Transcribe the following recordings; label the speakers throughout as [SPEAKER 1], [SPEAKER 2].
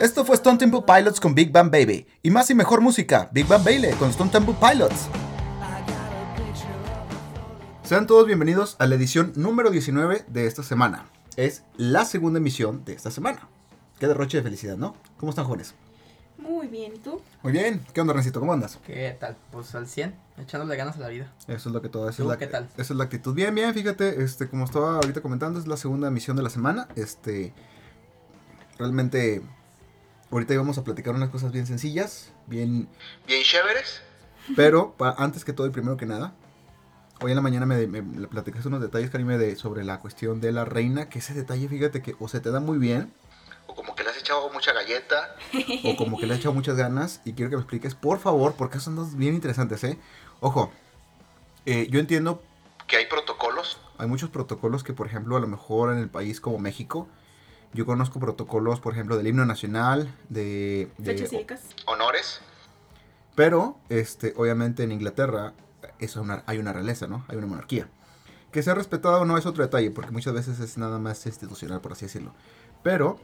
[SPEAKER 1] Esto fue Stone Temple Pilots con Big Bang Baby. Y más y mejor música, Big Bang Baby con Stone Temple Pilots. Sean todos bienvenidos a la edición número 19 de esta semana. Es la segunda emisión de esta semana. Qué derroche de felicidad, ¿no? ¿Cómo están, jóvenes?
[SPEAKER 2] Muy bien, ¿y tú?
[SPEAKER 1] Muy bien. ¿Qué onda, Rencito? ¿Cómo andas?
[SPEAKER 3] ¿Qué tal? Pues al 100, echándole ganas a la vida.
[SPEAKER 1] Eso es lo que todo, eso
[SPEAKER 3] ¿Tú
[SPEAKER 1] es la,
[SPEAKER 3] qué tal?
[SPEAKER 1] Esa es la actitud. Bien, bien, fíjate, este, como estaba ahorita comentando, es la segunda emisión de la semana. Este, realmente, ahorita íbamos a platicar unas cosas bien sencillas, bien,
[SPEAKER 4] Bien chéveres.
[SPEAKER 1] pero pa- antes que todo y primero que nada, hoy en la mañana me, me- me platicaste unos detalles, Karime, de, sobre la cuestión de la reina, que ese detalle, fíjate que o se te da muy bien,
[SPEAKER 4] O como que le has echado mucha galleta.
[SPEAKER 1] o como que le has echado muchas ganas, y quiero que me expliques, por favor, porque son dos bien interesantes, ¿eh? Ojo, eh, yo entiendo
[SPEAKER 4] Que hay protocolos.
[SPEAKER 1] Hay muchos protocolos que, por ejemplo, a lo mejor en el país como México, yo conozco protocolos, por ejemplo, del himno nacional, de... de-
[SPEAKER 2] Fechas cívicas.
[SPEAKER 4] Honores.
[SPEAKER 1] pero, este, obviamente en Inglaterra eso es una- hay una realeza, ¿no? Hay una monarquía. Que sea respetada o no es otro detalle, porque muchas veces es nada más institucional, por así decirlo. Pero,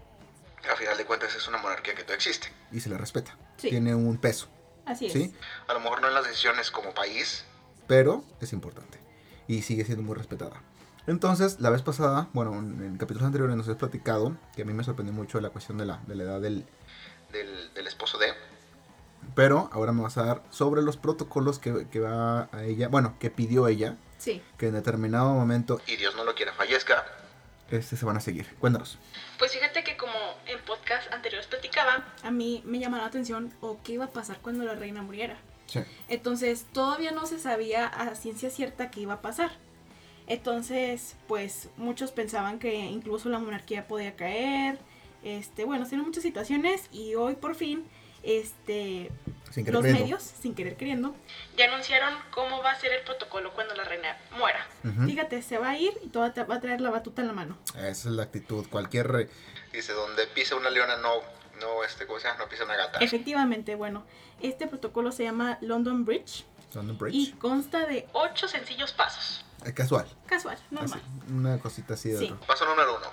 [SPEAKER 4] Al final de cuentas es una monarquía que todavía existe.
[SPEAKER 1] y se la respeta.
[SPEAKER 2] Sí.
[SPEAKER 1] Tiene un peso,
[SPEAKER 2] Así es.
[SPEAKER 1] ¿sí?
[SPEAKER 4] A lo mejor no en las decisiones como país.
[SPEAKER 1] pero es importante y sigue siendo muy respetada. Entonces, la vez pasada, bueno, en en capítulos anteriores nos has platicado que a mí me sorprendió mucho la cuestión de la, de la edad del,
[SPEAKER 4] Del, del esposo de.
[SPEAKER 1] Pero ahora me vas a dar sobre los protocolos que, que va a ella, bueno, que pidió ella,
[SPEAKER 2] Sí.
[SPEAKER 1] que en determinado momento
[SPEAKER 4] Y Dios no lo quiera fallezca.
[SPEAKER 1] este, se van a seguir. Cuéntanos.
[SPEAKER 5] Pues fíjate que como en podcast anteriores platicaban,
[SPEAKER 2] A mí me llamó la atención o qué iba a pasar cuando la reina muriera.
[SPEAKER 1] Sí.
[SPEAKER 2] Entonces, todavía no se sabía a ciencia cierta qué iba a pasar. Entonces, pues muchos pensaban que incluso la monarquía podía caer. Este, bueno, se dieron muchas situaciones y hoy por fin este
[SPEAKER 1] Sin querer
[SPEAKER 2] los
[SPEAKER 1] queriendo.
[SPEAKER 2] medios, sin querer queriendo,
[SPEAKER 5] ya anunciaron cómo va a ser el protocolo cuando la reina muera.
[SPEAKER 1] Ujú.
[SPEAKER 2] fíjate, se va a ir y toda te va a traer la batuta en la mano.
[SPEAKER 1] Esa es la actitud. Cualquier. re-
[SPEAKER 4] Dice, donde pisa una leona no, no, este, ¿cómo se llama? No pisa una
[SPEAKER 1] Ah.
[SPEAKER 4] gata.
[SPEAKER 2] Efectivamente, bueno, este protocolo se llama London Bridge
[SPEAKER 1] London
[SPEAKER 2] y
[SPEAKER 1] Bridge.
[SPEAKER 2] consta de
[SPEAKER 5] Ocho sencillos pasos.
[SPEAKER 1] Eh, Casual.
[SPEAKER 2] casual, normal.
[SPEAKER 1] Así, Una cosita así de
[SPEAKER 2] Sí.
[SPEAKER 1] otro.
[SPEAKER 4] Paso número uno.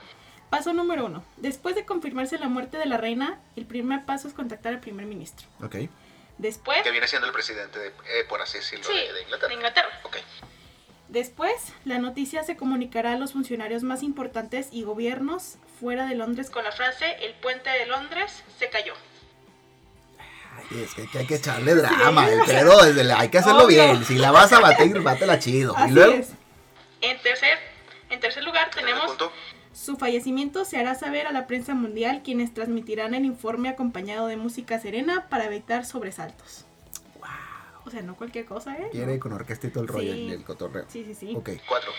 [SPEAKER 2] Paso número uno. Después de confirmarse la muerte de la reina, el primer paso es contactar al primer ministro.
[SPEAKER 1] Ok.
[SPEAKER 2] Después,
[SPEAKER 4] Que viene siendo el presidente, de, eh, por así decirlo,
[SPEAKER 5] Sí,
[SPEAKER 4] de, de Inglaterra.
[SPEAKER 5] de Inglaterra.
[SPEAKER 4] Ok.
[SPEAKER 2] después, la noticia se comunicará a los funcionarios más importantes y gobiernos fuera de Londres.
[SPEAKER 5] Con la frase, el puente de Londres se cayó.
[SPEAKER 1] Ay, es que, que hay que echarle drama. el pero desde la- hay que hacerlo
[SPEAKER 2] Obvio.
[SPEAKER 1] bien. Si la vas a batir, bátela chido.
[SPEAKER 2] Así
[SPEAKER 1] y luego.
[SPEAKER 2] es.
[SPEAKER 5] En tercer, en tercer lugar
[SPEAKER 4] Tercer
[SPEAKER 5] tenemos
[SPEAKER 4] punto.
[SPEAKER 2] Su fallecimiento se hará saber a la prensa mundial, quienes transmitirán el informe acompañado de música serena para evitar sobresaltos. O sea, no cualquier cosa, ¿eh?
[SPEAKER 1] Quiere con orquesta y todo el rollo
[SPEAKER 2] Sí.
[SPEAKER 1] el, el cotorreo.
[SPEAKER 2] Sí, sí, sí.
[SPEAKER 1] Ok.
[SPEAKER 4] Cuatro.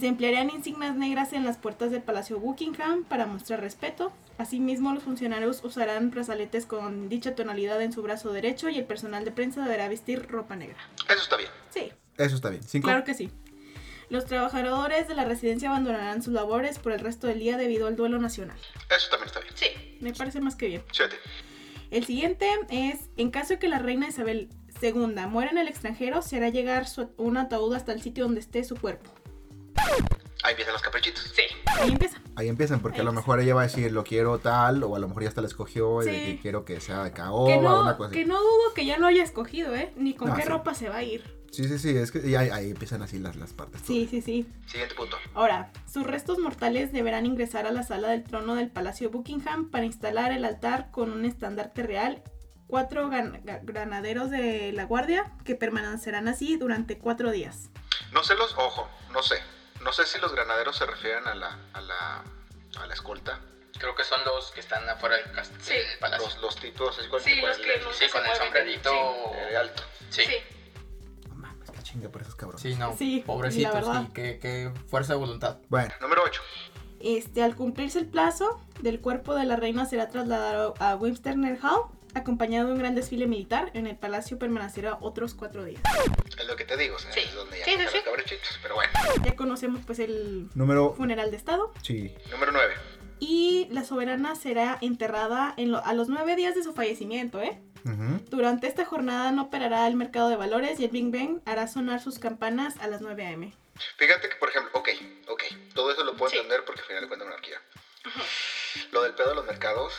[SPEAKER 2] Se emplearán insignias negras en las puertas del Palacio Buckingham para mostrar respeto. Asimismo, los funcionarios usarán brazaletes con dicha tonalidad en su brazo derecho y el personal de prensa deberá vestir ropa negra.
[SPEAKER 4] Eso está bien.
[SPEAKER 2] Sí,
[SPEAKER 1] Eso está bien. Cinco.
[SPEAKER 2] claro que sí. Los trabajadores de la residencia abandonarán sus labores por el resto del día debido al duelo nacional.
[SPEAKER 4] Eso también está bien.
[SPEAKER 5] Sí,
[SPEAKER 2] Me parece más que bien.
[SPEAKER 4] Siete.
[SPEAKER 2] El siguiente es, en caso de que la reina Isabel II muera en el extranjero, se hará llegar su- un ataúd hasta el sitio donde esté su cuerpo.
[SPEAKER 4] Ahí empiezan los caprichitos.
[SPEAKER 5] sí.
[SPEAKER 2] Ahí empieza.
[SPEAKER 1] Ahí empiezan, porque a lo
[SPEAKER 2] Ahí
[SPEAKER 1] mejor ella va a decir lo quiero tal, o a lo mejor ya hasta la escogió y de
[SPEAKER 2] Sí.
[SPEAKER 1] que quiero que sea de caoba
[SPEAKER 2] que,
[SPEAKER 1] o Oh, una
[SPEAKER 2] no,
[SPEAKER 1] cosa
[SPEAKER 2] que
[SPEAKER 1] así.
[SPEAKER 2] no dudo que ya lo haya escogido, ¿eh? Ni con
[SPEAKER 1] No,
[SPEAKER 2] qué
[SPEAKER 1] sí.
[SPEAKER 2] ropa se va a ir.
[SPEAKER 1] Sí, sí, sí, es que y ahí, ahí empiezan así las, las partes.
[SPEAKER 2] Sí, sí, sí.
[SPEAKER 4] Siguiente punto.
[SPEAKER 2] Ahora, sus restos mortales deberán ingresar a la sala del trono del Palacio Buckingham para instalar el altar con un estandarte real, cuatro gan- ga- granaderos de la guardia que permanecerán así durante cuatro días.
[SPEAKER 4] No sé los, ojo, no sé. No sé si los granaderos se refieren a la, a la, a la escolta.
[SPEAKER 3] Creo que son los que están afuera del, cast-
[SPEAKER 5] Sí.
[SPEAKER 3] del palacio.
[SPEAKER 4] Los, los tipos, así con,
[SPEAKER 5] Sí,
[SPEAKER 4] con
[SPEAKER 5] los
[SPEAKER 4] el,
[SPEAKER 5] que
[SPEAKER 4] el-
[SPEAKER 5] no-
[SPEAKER 3] sí,
[SPEAKER 5] se
[SPEAKER 3] con el
[SPEAKER 5] mueven.
[SPEAKER 3] sombrerito.
[SPEAKER 4] el alto.
[SPEAKER 3] Sí. sí.
[SPEAKER 1] No mames, qué chinga por esos cabrones.
[SPEAKER 3] no.
[SPEAKER 2] Sí, la
[SPEAKER 3] Pobrecitos.
[SPEAKER 2] verdad.
[SPEAKER 3] Y qué, qué fuerza de voluntad.
[SPEAKER 1] Bueno,
[SPEAKER 4] Número 8.
[SPEAKER 2] Este, al cumplirse el plazo, del cuerpo de la reina será trasladado a Westminster Hall, acompañado de un gran desfile militar. En el palacio permanecerá otros cuatro días.
[SPEAKER 4] Es lo que te digo, o sea,
[SPEAKER 5] Sí.
[SPEAKER 4] es donde ya
[SPEAKER 5] Sí, sí,
[SPEAKER 4] empiezan
[SPEAKER 5] sí.
[SPEAKER 4] los cabrichitos. Pero bueno.
[SPEAKER 2] Ya conocemos pues el
[SPEAKER 1] número.
[SPEAKER 2] funeral de estado
[SPEAKER 1] Sí.
[SPEAKER 4] Número 9.
[SPEAKER 2] y la soberana será enterrada en lo- a los nueve días de su fallecimiento, ¿eh?
[SPEAKER 1] Ujú.
[SPEAKER 2] Durante esta jornada no operará el mercado de valores y el Big Bang hará sonar sus campanas a las 9 a.m.
[SPEAKER 4] Fíjate que, por ejemplo, ok, ok, todo eso lo puedo
[SPEAKER 5] Sí.
[SPEAKER 4] entender porque al final de cuentas es monarquía. Lo del pedo de los mercados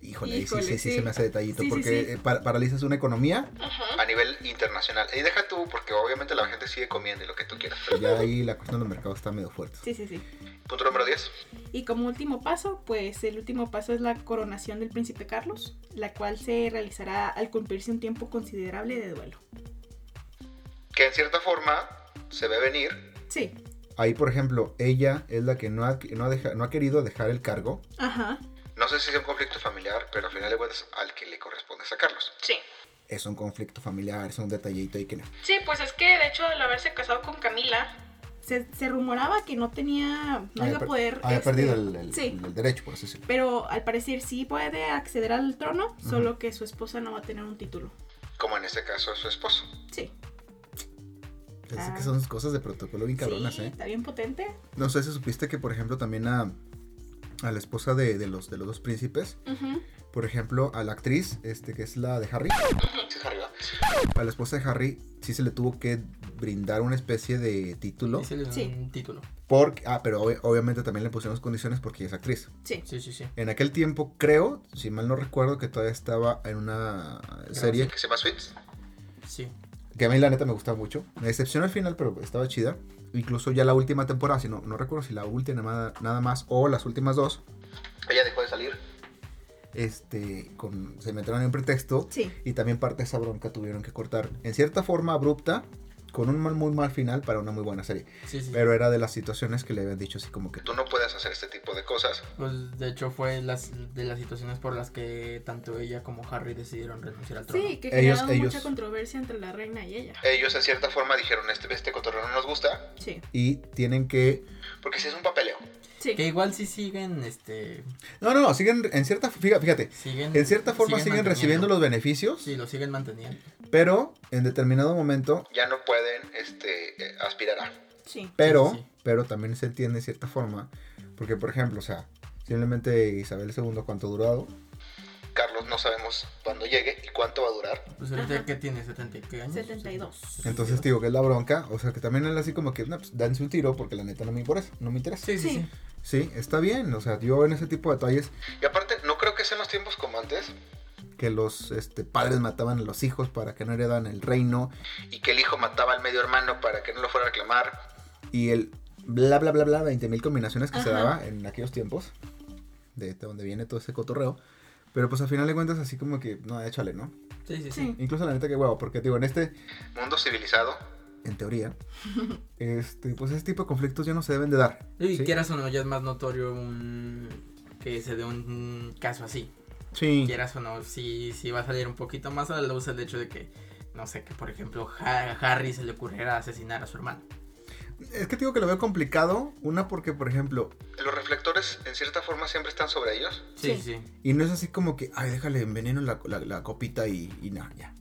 [SPEAKER 1] Híjole, ahí sí-
[SPEAKER 2] Híjole,
[SPEAKER 1] sí, sí,
[SPEAKER 2] sí.
[SPEAKER 1] se me hace detallito,
[SPEAKER 2] Sí, sí,
[SPEAKER 1] porque
[SPEAKER 2] sí.
[SPEAKER 1] eh, pa- paralizas una economía,
[SPEAKER 5] Ujú.
[SPEAKER 4] a nivel internacional. Y deja tú, porque obviamente la gente sigue comiendo y lo que tú quieras.
[SPEAKER 1] y pues ya ahí la cuestión del mercado está medio fuerte.
[SPEAKER 2] Sí, sí, sí.
[SPEAKER 4] Punto número 10.
[SPEAKER 2] Y como último paso, pues el último paso es la coronación del príncipe Carlos, la cual se realizará al cumplirse un tiempo considerable de duelo.
[SPEAKER 4] Que en cierta forma se ve venir.
[SPEAKER 2] Sí,
[SPEAKER 1] Ahí, por ejemplo, ella es la que no ha, no ha deja- no ha querido dejar el cargo.
[SPEAKER 2] ajá.
[SPEAKER 4] No sé si es un conflicto familiar, pero al final de cuentas al que le corresponde sacarlos.
[SPEAKER 5] Sí.
[SPEAKER 1] Es un conflicto familiar, es un detallito ahí que no.
[SPEAKER 5] Sí, pues es que de hecho al haberse casado con Camila,
[SPEAKER 2] Se, se rumoraba que no tenía, no
[SPEAKER 1] Había
[SPEAKER 2] iba a
[SPEAKER 1] per-
[SPEAKER 2] poder...
[SPEAKER 1] Había
[SPEAKER 2] este,
[SPEAKER 1] perdido el, el-
[SPEAKER 2] sí.
[SPEAKER 1] el derecho, por así decirlo.
[SPEAKER 2] Pero al parecer sí puede acceder al trono, solo que su esposa no va a tener un título.
[SPEAKER 4] Como en este caso su esposo.
[SPEAKER 2] Sí.
[SPEAKER 1] Es
[SPEAKER 2] Ah.
[SPEAKER 1] que son cosas de protocolo bien cabronas,
[SPEAKER 2] sí,
[SPEAKER 1] ¿eh?
[SPEAKER 2] Está bien potente.
[SPEAKER 1] No sé si supiste que, por ejemplo, también a, a la esposa de, de los, de los dos príncipes,
[SPEAKER 2] Ujú.
[SPEAKER 1] por ejemplo, a la actriz, este, que es la de Harry,
[SPEAKER 4] Sí, arriba.
[SPEAKER 1] a la esposa de Harry sí se le tuvo que brindar una especie de título.
[SPEAKER 3] Ese es
[SPEAKER 2] Sí.
[SPEAKER 3] un título.
[SPEAKER 1] Porque, ah, pero ob- obviamente también le pusieron las condiciones porque ella es actriz.
[SPEAKER 2] Sí.
[SPEAKER 3] Sí, sí, sí.
[SPEAKER 1] En aquel tiempo, creo, si mal no recuerdo, que todavía estaba en una serie
[SPEAKER 4] Que se llama Sweets.
[SPEAKER 3] Sí.
[SPEAKER 1] que a mí la neta me gustaba mucho. Me decepcionó al final, pero estaba chida. Incluso ya la última temporada, si no, no recuerdo si la última nada- nada más o las últimas dos,
[SPEAKER 4] Ella dejó de salir.
[SPEAKER 1] este, con, se metieron en un pretexto
[SPEAKER 2] Sí.
[SPEAKER 1] y también parte de esa bronca tuvieron que cortar. En cierta forma abrupta, con un mal- muy mal final para una muy buena serie.
[SPEAKER 3] Sí, sí.
[SPEAKER 1] Pero era de las situaciones que le habían dicho así como que...
[SPEAKER 4] Tú no puedes hacer este tipo de cosas.
[SPEAKER 3] Pues de hecho fue las, de las situaciones por las que tanto ella como Harry decidieron renunciar al trono.
[SPEAKER 2] Sí, que
[SPEAKER 1] Ellos-
[SPEAKER 2] generaron
[SPEAKER 1] ellos-
[SPEAKER 2] mucha controversia entre la reina y ella.
[SPEAKER 4] Ellos en cierta forma dijeron, este, este cotorreo no nos gusta,
[SPEAKER 2] Sí,
[SPEAKER 1] Y tienen que...
[SPEAKER 4] porque si es un papeleo.
[SPEAKER 2] sí.
[SPEAKER 3] Que igual sí siguen, este...
[SPEAKER 1] No, no, siguen en cierta... fija- Fíjate,
[SPEAKER 3] Siguen,
[SPEAKER 1] en cierta forma siguen,
[SPEAKER 3] manteniendo.
[SPEAKER 1] recibiendo los beneficios,
[SPEAKER 3] Sí, lo siguen manteniendo.
[SPEAKER 1] pero en determinado momento...
[SPEAKER 4] Ya no pueden este, eh, aspirar a.
[SPEAKER 2] Sí.
[SPEAKER 1] Pero,
[SPEAKER 3] Sí, sí.
[SPEAKER 1] pero también se entiende en cierta forma. Porque, por ejemplo, o sea, simplemente Isabel II, ¿cuánto ha durado?
[SPEAKER 4] Carlos no sabemos cuándo llegue y cuánto va a durar.
[SPEAKER 3] Pues ahorita
[SPEAKER 2] Ajá.
[SPEAKER 3] que tiene 70 ¿qué años?
[SPEAKER 2] 72.
[SPEAKER 1] Entonces, te digo que es la bronca. O sea, que también es así como que, no, pues, dense un tiro porque la neta no me interesa. No me interesa.
[SPEAKER 3] Sí, sí,
[SPEAKER 2] Sí.
[SPEAKER 3] sí.
[SPEAKER 1] Sí, está bien. O sea, yo en ese tipo de detalles
[SPEAKER 4] Y aparte, no creo que sean los tiempos como antes
[SPEAKER 1] que los este, padres mataban a los hijos para que no heredan el reino
[SPEAKER 4] y que el hijo mataba al medio hermano para que no lo fuera a reclamar.
[SPEAKER 1] y el bla, bla, bla, bla, 20 mil combinaciones que se
[SPEAKER 2] Ajá.
[SPEAKER 1] daba en aquellos tiempos, de, de donde viene todo ese cotorreo. Pero pues al final de cuentas así como que, no, échale, ¿no?
[SPEAKER 3] Sí, sí, sí.
[SPEAKER 2] Sí.
[SPEAKER 1] Incluso la neta que huevo, porque digo, en este,
[SPEAKER 4] Mundo civilizado.
[SPEAKER 1] en teoría, este, pues ese tipo de conflictos ya no se deben de dar.
[SPEAKER 3] Y
[SPEAKER 1] ¿sí?
[SPEAKER 3] quieras o no, ya es más notorio un... que se dé un caso así.
[SPEAKER 1] Sí.
[SPEAKER 3] Quieras o no, sí, sí va a salir un poquito más a la luz el hecho de que, no sé, que por ejemplo a Harry se le ocurriera asesinar a su hermano.
[SPEAKER 1] Es que te digo que lo veo complicado, una porque, por ejemplo,
[SPEAKER 4] Los reflectores, en cierta forma, siempre están sobre ellos.
[SPEAKER 3] Sí,
[SPEAKER 2] Sí.
[SPEAKER 3] sí.
[SPEAKER 1] Y no es así como que, ay, déjale enveneno la, la, la copita y, y nada, ya.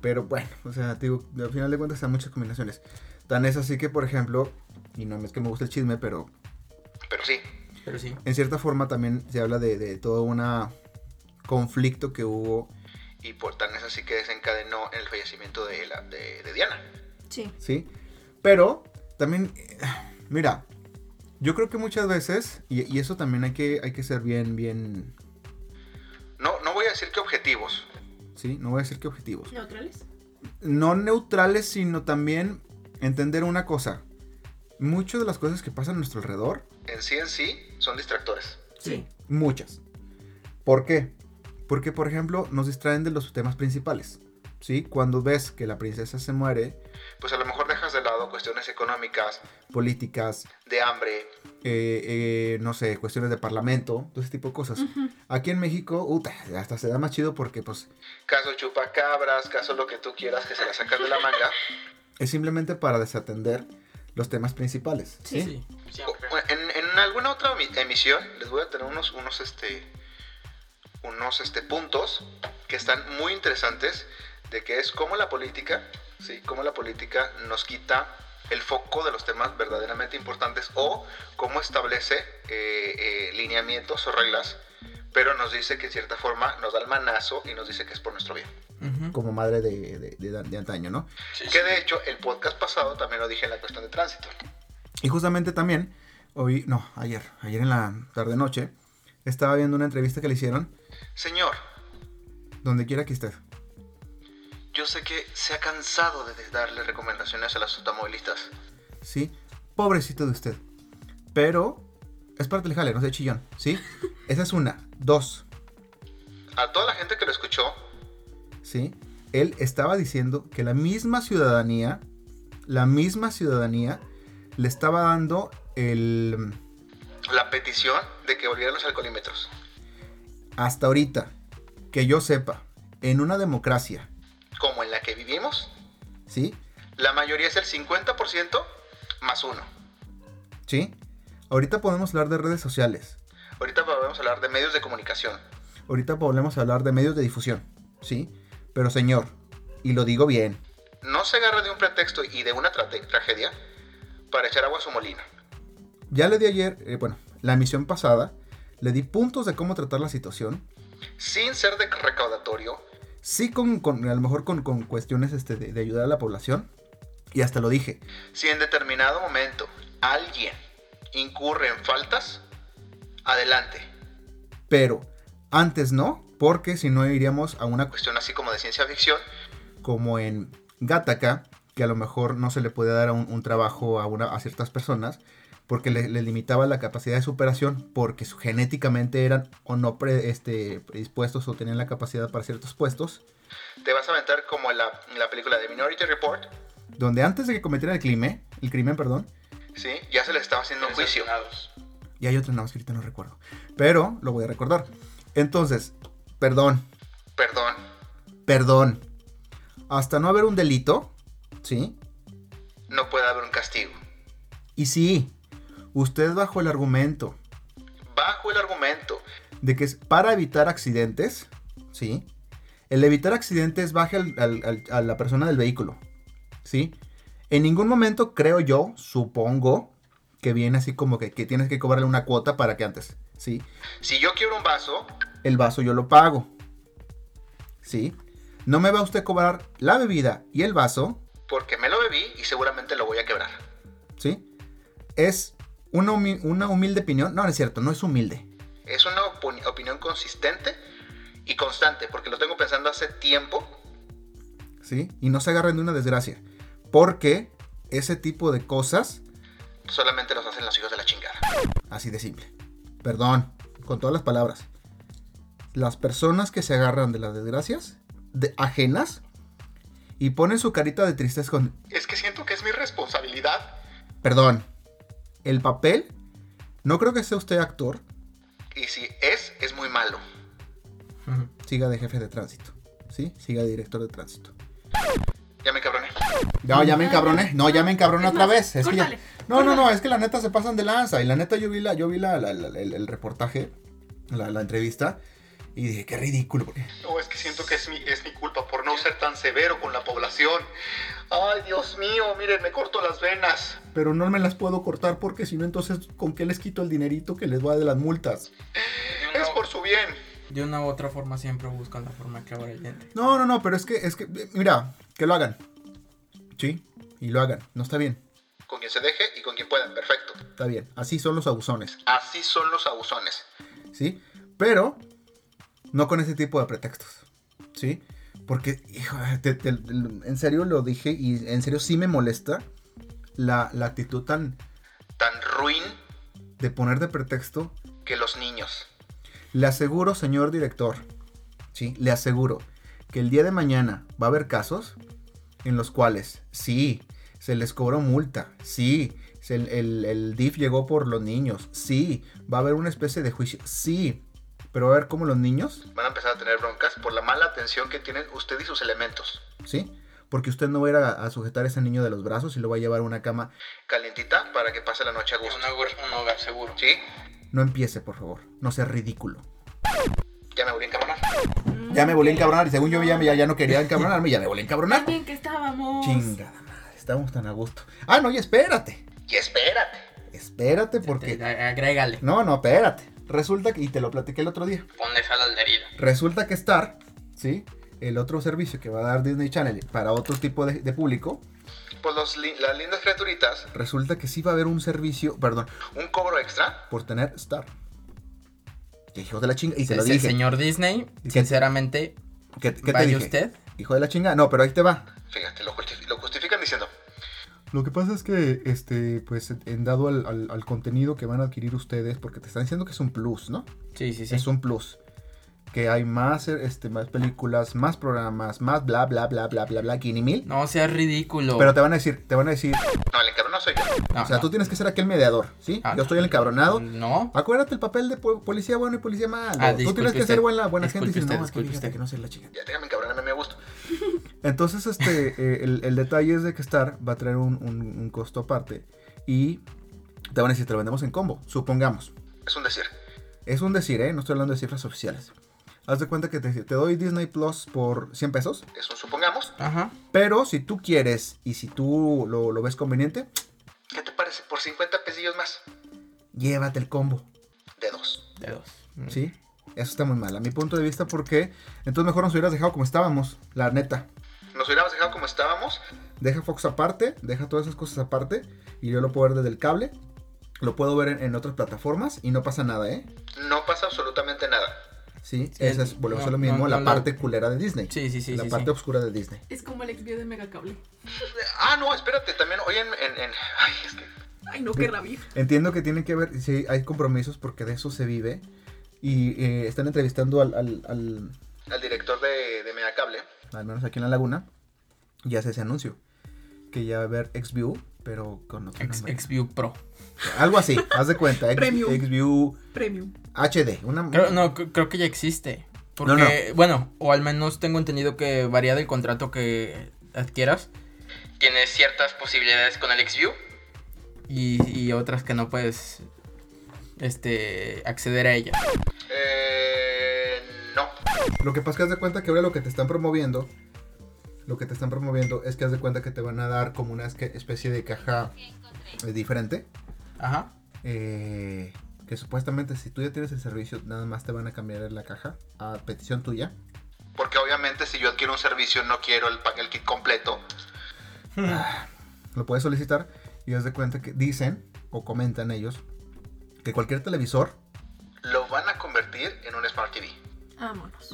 [SPEAKER 1] Pero bueno, o sea, te digo, al final de cuentas hay muchas combinaciones. Tan es así que, por ejemplo, y no es que me guste el chisme, pero
[SPEAKER 4] Pero sí,
[SPEAKER 3] Pero sí.
[SPEAKER 1] en cierta forma también se habla de, de todo un conflicto que hubo.
[SPEAKER 4] y por tan es así que desencadenó en el fallecimiento de, la, de, de Diana.
[SPEAKER 2] Sí.
[SPEAKER 1] ¿sí? Pero también, eh, mira, yo creo que muchas veces, y, y eso también hay que, hay que ser bien, bien,
[SPEAKER 4] No, no voy a decir que objetivos.
[SPEAKER 1] ¿sí? No voy a decir que objetivos.
[SPEAKER 2] ¿Neutrales?
[SPEAKER 1] no neutrales, sino también entender una cosa. Muchas de las cosas que pasan a nuestro alrededor,
[SPEAKER 4] En sí, en sí, son distractores.
[SPEAKER 2] Sí.
[SPEAKER 1] muchas. ¿Por qué? Porque, por ejemplo, nos distraen de los temas principales. ¿Sí? Cuando ves que la princesa se muere,
[SPEAKER 4] Pues a lo mejor dejas de lado cuestiones económicas,
[SPEAKER 1] políticas,
[SPEAKER 4] de hambre,
[SPEAKER 1] eh, eh, no sé, cuestiones de parlamento, todo ese tipo de cosas. Aquí en México, uta, hasta se da más chido porque, pues,
[SPEAKER 4] caso chupacabras, caso lo que tú quieras que se la sacas de la manga.
[SPEAKER 1] es simplemente para desatender los temas principales.
[SPEAKER 2] Sí.
[SPEAKER 1] ¿sí?
[SPEAKER 3] Sí.
[SPEAKER 4] O- En, en alguna otra omi- emisión les voy a tener unos, unos, este, unos este, puntos que están muy interesantes de que es cómo la política, ¿sí? cómo la política nos quita el foco de los temas verdaderamente importantes o cómo establece eh, eh, lineamientos o reglas, pero nos dice que en cierta forma nos da el manazo y nos dice que es por nuestro bien.
[SPEAKER 3] Ujú.
[SPEAKER 1] como madre de, de- de- de antaño, ¿no?
[SPEAKER 5] Sí, sí.
[SPEAKER 4] Que de hecho, el podcast pasado también lo dije en la cuestión de tránsito.
[SPEAKER 1] Y justamente también, hoy, no, ayer, ayer en la tarde-noche, estaba viendo una entrevista que le hicieron,
[SPEAKER 4] Señor,
[SPEAKER 1] donde quiera que estés.
[SPEAKER 4] yo sé que se ha cansado de darle recomendaciones a los automovilistas.
[SPEAKER 1] ¿sí? Pobrecito de usted. Pero es parte del jale, no sea chillón, ¿sí? Esa es una. Dos,
[SPEAKER 4] A toda la gente que lo escuchó,
[SPEAKER 1] ¿sí? Él estaba diciendo que la misma ciudadanía, la misma ciudadanía, le estaba dando el...
[SPEAKER 4] la petición de que volvieran los alcoholímetros.
[SPEAKER 1] Hasta ahorita, que yo sepa, en una democracia,
[SPEAKER 4] Como en la que vivimos,
[SPEAKER 1] ¿sí?
[SPEAKER 4] la mayoría es el 50% más uno.
[SPEAKER 1] ¿Sí? Ahorita podemos hablar de redes sociales.
[SPEAKER 4] Ahorita vamos a hablar de medios de comunicación.
[SPEAKER 1] Ahorita podemos hablar de medios de difusión, ¿sí? Pero señor, y lo digo bien,
[SPEAKER 4] No se agarra de un pretexto y de una trate- tragedia para echar agua a su molino.
[SPEAKER 1] Ya le di ayer, eh, bueno, la misión pasada, le di puntos de cómo tratar la situación.
[SPEAKER 4] Sin ser de recaudatorio,
[SPEAKER 1] Sí, con, con- a lo mejor con, con cuestiones este, de, de ayudar a la población. Y hasta lo dije.
[SPEAKER 4] si en determinado momento alguien incurre en faltas, adelante.
[SPEAKER 1] Pero antes no, porque si no iríamos a una cuestión
[SPEAKER 4] Cuestión así como de ciencia ficción,
[SPEAKER 1] como en Gataca, que a lo mejor no se le puede dar a un, un trabajo a, una, a ciertas personas, porque le, le limitaba la capacidad de superación, porque su- genéticamente eran o no pre- este, predispuestos o tenían la capacidad para ciertos puestos.
[SPEAKER 4] te vas a aventar como en la, en la película de Minority Report,
[SPEAKER 1] Donde antes de que cometieran el crimen, el crimen, perdón,
[SPEAKER 4] ¿sí? Ya se le estaba haciendo un juicio.
[SPEAKER 5] Sancionados.
[SPEAKER 1] Y hay otra nada más que ahorita no recuerdo. Pero lo voy a recordar. Entonces, perdón,
[SPEAKER 4] Perdón,
[SPEAKER 1] perdón. Hasta no haber un delito, ¿sí?
[SPEAKER 4] no puede haber un castigo.
[SPEAKER 1] Y sí, usted bajo el argumento
[SPEAKER 4] Bajo el argumento,
[SPEAKER 1] de que es para evitar accidentes, ¿sí? El evitar accidentes baje al- al- al- a la persona del vehículo, ¿sí? En ningún momento creo yo, supongo, que viene así como que, que tienes que cobrarle una cuota para que antes, ¿sí?
[SPEAKER 4] si yo quiero un vaso,
[SPEAKER 1] el vaso yo lo pago. ¿Sí? No me va usted a cobrar la bebida y el vaso,
[SPEAKER 4] porque me lo bebí y seguramente lo voy a quebrar.
[SPEAKER 1] ¿sí? Es una, humi- una humilde opinión. No, no es cierto, no es humilde.
[SPEAKER 4] Es una opini- opinión consistente y constante, porque lo tengo pensando hace tiempo.
[SPEAKER 1] ¿Sí? Y no se agarren de una desgracia. Porque ese tipo de cosas,
[SPEAKER 4] Solamente los hacen los hijos de la chingada.
[SPEAKER 1] así de simple. Perdón, con todas las palabras. Las personas que se agarran de las desgracias, de ajenas, y ponen su carita de tristeza con,
[SPEAKER 4] Es que siento que es mi responsabilidad.
[SPEAKER 1] perdón, el papel, no creo que sea usted actor,
[SPEAKER 4] Y si es, es muy malo.
[SPEAKER 3] Ujú.
[SPEAKER 1] siga de jefe de tránsito, ¿sí? Siga de director de tránsito.
[SPEAKER 4] Ya me cabroné.
[SPEAKER 1] No, ya me encabroné, no, ya me encabroné
[SPEAKER 2] Es
[SPEAKER 1] otra
[SPEAKER 2] más,
[SPEAKER 1] vez. Es que ya-
[SPEAKER 2] córtale,
[SPEAKER 1] No, no, no,
[SPEAKER 2] córtale.
[SPEAKER 1] es que la neta se pasan de lanza. Y la neta yo vi, la, yo vi la, la- la- el, el reportaje, la, la entrevista, y dije, qué ridículo. porque-
[SPEAKER 4] No, es que siento que es mi, es mi culpa por no ser tan severo con la población. Ay, Dios mío, miren, me corto las venas.
[SPEAKER 1] Pero no me las puedo cortar porque si no, entonces, ¿con qué les quito el dinerito que les va de las multas?
[SPEAKER 4] Es por su bien.
[SPEAKER 3] De una u otra forma siempre buscan la forma de clavar el diente.
[SPEAKER 1] No, no, no, pero es que, es que, mira, que lo hagan. Sí, y lo hagan, no está bien,
[SPEAKER 4] Con quien se deje y con quien puedan, perfecto.
[SPEAKER 1] está bien. Así son los abusones.
[SPEAKER 4] Así son los abusones.
[SPEAKER 1] ¿sí? Pero no con ese tipo de pretextos, ¿sí? Porque, hijo, te- te- en serio lo dije y en serio sí me molesta la, la actitud tan
[SPEAKER 4] Tan ruin
[SPEAKER 1] de poner de pretexto.
[SPEAKER 4] que los niños.
[SPEAKER 1] Le aseguro, señor director, ¿sí? Le aseguro que el día de mañana va a haber casos en los cuales, sí, se les cobró multa, sí, se- el, el- el DIF llegó por los niños, sí, va a haber una especie de juicio, sí, pero va a ver cómo los niños
[SPEAKER 4] Van a empezar a tener broncas por la mala atención que tienen usted y sus elementos.
[SPEAKER 1] ¿sí? Porque usted no va a ir a, a sujetar a ese niño de los brazos y lo va a llevar a una cama.
[SPEAKER 4] Calientita para que pase la noche a
[SPEAKER 5] Un
[SPEAKER 4] gusto.
[SPEAKER 5] hogar, un hogar seguro.
[SPEAKER 4] ¿Sí?
[SPEAKER 1] No empiece, por favor. No sea ridículo.
[SPEAKER 4] Ya me voy a encabronar.
[SPEAKER 1] Ya me volví a
[SPEAKER 2] Mm,
[SPEAKER 1] encabronar y según yo ya, ya, ya no quería encabronarme, ya me volví a encabronar.
[SPEAKER 2] Tan bien que estábamos.
[SPEAKER 1] Chingada madre, estamos tan a gusto. Ah, no, y espérate.
[SPEAKER 4] Y espérate.
[SPEAKER 1] Espérate
[SPEAKER 3] Te-
[SPEAKER 1] porque...
[SPEAKER 3] agrégale.
[SPEAKER 1] No, no, espérate. Resulta que, y te lo platiqué el otro día,
[SPEAKER 5] Ponle sal al herido.
[SPEAKER 1] resulta que Star, ¿sí? el otro servicio que va a dar Disney Channel para otro tipo de, de público,
[SPEAKER 4] Pues los lin- las lindas criaturitas,
[SPEAKER 1] resulta que sí va a haber un servicio, perdón,
[SPEAKER 4] un cobro extra.
[SPEAKER 1] por tener Star. Que hijos de la chinga, y te
[SPEAKER 3] Se-
[SPEAKER 1] lo
[SPEAKER 3] se-
[SPEAKER 1] dije.
[SPEAKER 3] Señor Disney,
[SPEAKER 1] ¿Y qué-
[SPEAKER 3] sinceramente,
[SPEAKER 1] ¿Qué, qué te
[SPEAKER 3] vaya
[SPEAKER 1] dije?
[SPEAKER 3] usted.
[SPEAKER 1] Hijo de la chinga, no, pero ahí te va.
[SPEAKER 4] Fíjate, lo, justi- lo justifican diciendo,
[SPEAKER 1] Lo que pasa es que, este, pues, en dado al, al- al contenido que van a adquirir ustedes, porque te están diciendo que es un plus, ¿no?
[SPEAKER 3] Sí, sí, sí.
[SPEAKER 1] Es un plus. Que hay más, este, más películas, más programas, más bla, bla, bla, bla, bla, bla, guinea mil.
[SPEAKER 3] No seas ridículo.
[SPEAKER 1] Pero te van a decir, te van a decir,
[SPEAKER 4] no, el encabronado soy yo.
[SPEAKER 3] No,
[SPEAKER 1] o sea,
[SPEAKER 3] no.
[SPEAKER 1] tú tienes que ser aquel mediador, ¿sí?
[SPEAKER 3] Ah,
[SPEAKER 1] Yo estoy el encabronado.
[SPEAKER 3] No.
[SPEAKER 1] Acuérdate el papel de po- policía bueno y policía malo.
[SPEAKER 3] Ah,
[SPEAKER 1] tú
[SPEAKER 3] disculpe
[SPEAKER 1] tienes que
[SPEAKER 3] usted.
[SPEAKER 1] ser buena, buena gente.
[SPEAKER 3] Disculpe
[SPEAKER 1] Y dices,
[SPEAKER 3] usted,
[SPEAKER 1] no, es que
[SPEAKER 3] disculpe
[SPEAKER 1] fíjate
[SPEAKER 3] usted.
[SPEAKER 1] que no sé la chica.
[SPEAKER 4] Ya déjame encabronarme a mi gusto.
[SPEAKER 1] Entonces, este, eh, el, el detalle es de que Star va a traer un, un- un costo aparte y te van a decir, te lo vendemos en combo, supongamos.
[SPEAKER 4] Es un decir.
[SPEAKER 1] Es un decir, ¿eh? No estoy hablando de cifras oficiales. Haz de cuenta que te, te doy Disney Plus por 100 pesos,
[SPEAKER 4] Es un supongamos.
[SPEAKER 3] Ajá.
[SPEAKER 1] pero si tú quieres y si tú lo, lo ves conveniente,
[SPEAKER 4] ¿Qué te parece? Por 50 pesillos más.
[SPEAKER 1] llévate el combo,
[SPEAKER 4] De dos.
[SPEAKER 3] De dos. Mm.
[SPEAKER 1] ¿sí? Eso está muy mal, a mi punto de vista, porque entonces mejor nos hubieras dejado como estábamos, la neta.
[SPEAKER 4] Nos hubiéramos dejado como estábamos.
[SPEAKER 1] deja Fox aparte, deja todas esas cosas aparte y yo lo puedo ver desde el cable, lo puedo ver en, en otras plataformas y no pasa nada, ¿eh?
[SPEAKER 4] No pasa absolutamente nada.
[SPEAKER 1] Sí,
[SPEAKER 3] Sí,
[SPEAKER 1] esa es, volvemos
[SPEAKER 3] no,
[SPEAKER 1] a lo mismo,
[SPEAKER 3] no, no,
[SPEAKER 1] la
[SPEAKER 3] no.
[SPEAKER 1] parte culera de Disney.
[SPEAKER 3] Sí, sí, sí.
[SPEAKER 1] la
[SPEAKER 3] sí,
[SPEAKER 1] parte
[SPEAKER 3] sí.
[SPEAKER 1] oscura de Disney.
[SPEAKER 6] Es como el exvío de Megacable.
[SPEAKER 4] Ah, no, espérate. También hoy en... en- en- Ay, es que...
[SPEAKER 6] Ay, no, qué rabia.
[SPEAKER 1] Entiendo que tienen que ver, sí, hay compromisos porque de eso se vive. Y eh, están entrevistando al, al- al-
[SPEAKER 4] Al director de, de Megacable.
[SPEAKER 1] al menos aquí en La Laguna, y hace ese anuncio. Que ya va a haber Xview, pero con otro
[SPEAKER 3] Ex-
[SPEAKER 1] nombre.
[SPEAKER 3] Xview Pro.
[SPEAKER 1] Algo así, haz de cuenta. X-
[SPEAKER 6] Premium.
[SPEAKER 1] Xview
[SPEAKER 6] Premium.
[SPEAKER 1] HD. Una,
[SPEAKER 3] Creo, no, cre- creo que ya existe. Porque,
[SPEAKER 1] No, no.
[SPEAKER 3] bueno, o al menos tengo entendido que varía del contrato que adquieras. Tienes ciertas posibilidades con el Xview. Y, y otras que no puedes este acceder a ellas.
[SPEAKER 4] Eh, no.
[SPEAKER 1] Lo que pasa es que haz de cuenta que ahora lo que te están promoviendo, lo que te están promoviendo es que haz de cuenta que te van a dar como una esque- especie de caja eh, diferente.
[SPEAKER 3] Ajá.
[SPEAKER 1] eh, que supuestamente si tú ya tienes el servicio, nada más te van a cambiar la caja a petición tuya.
[SPEAKER 4] Porque obviamente si yo adquiero un servicio no quiero el, pa- el kit completo.
[SPEAKER 1] Lo puedes solicitar y haz de cuenta que dicen o comentan ellos que cualquier televisor,
[SPEAKER 4] Lo van a convertir en un Smart TV.
[SPEAKER 6] Vámonos.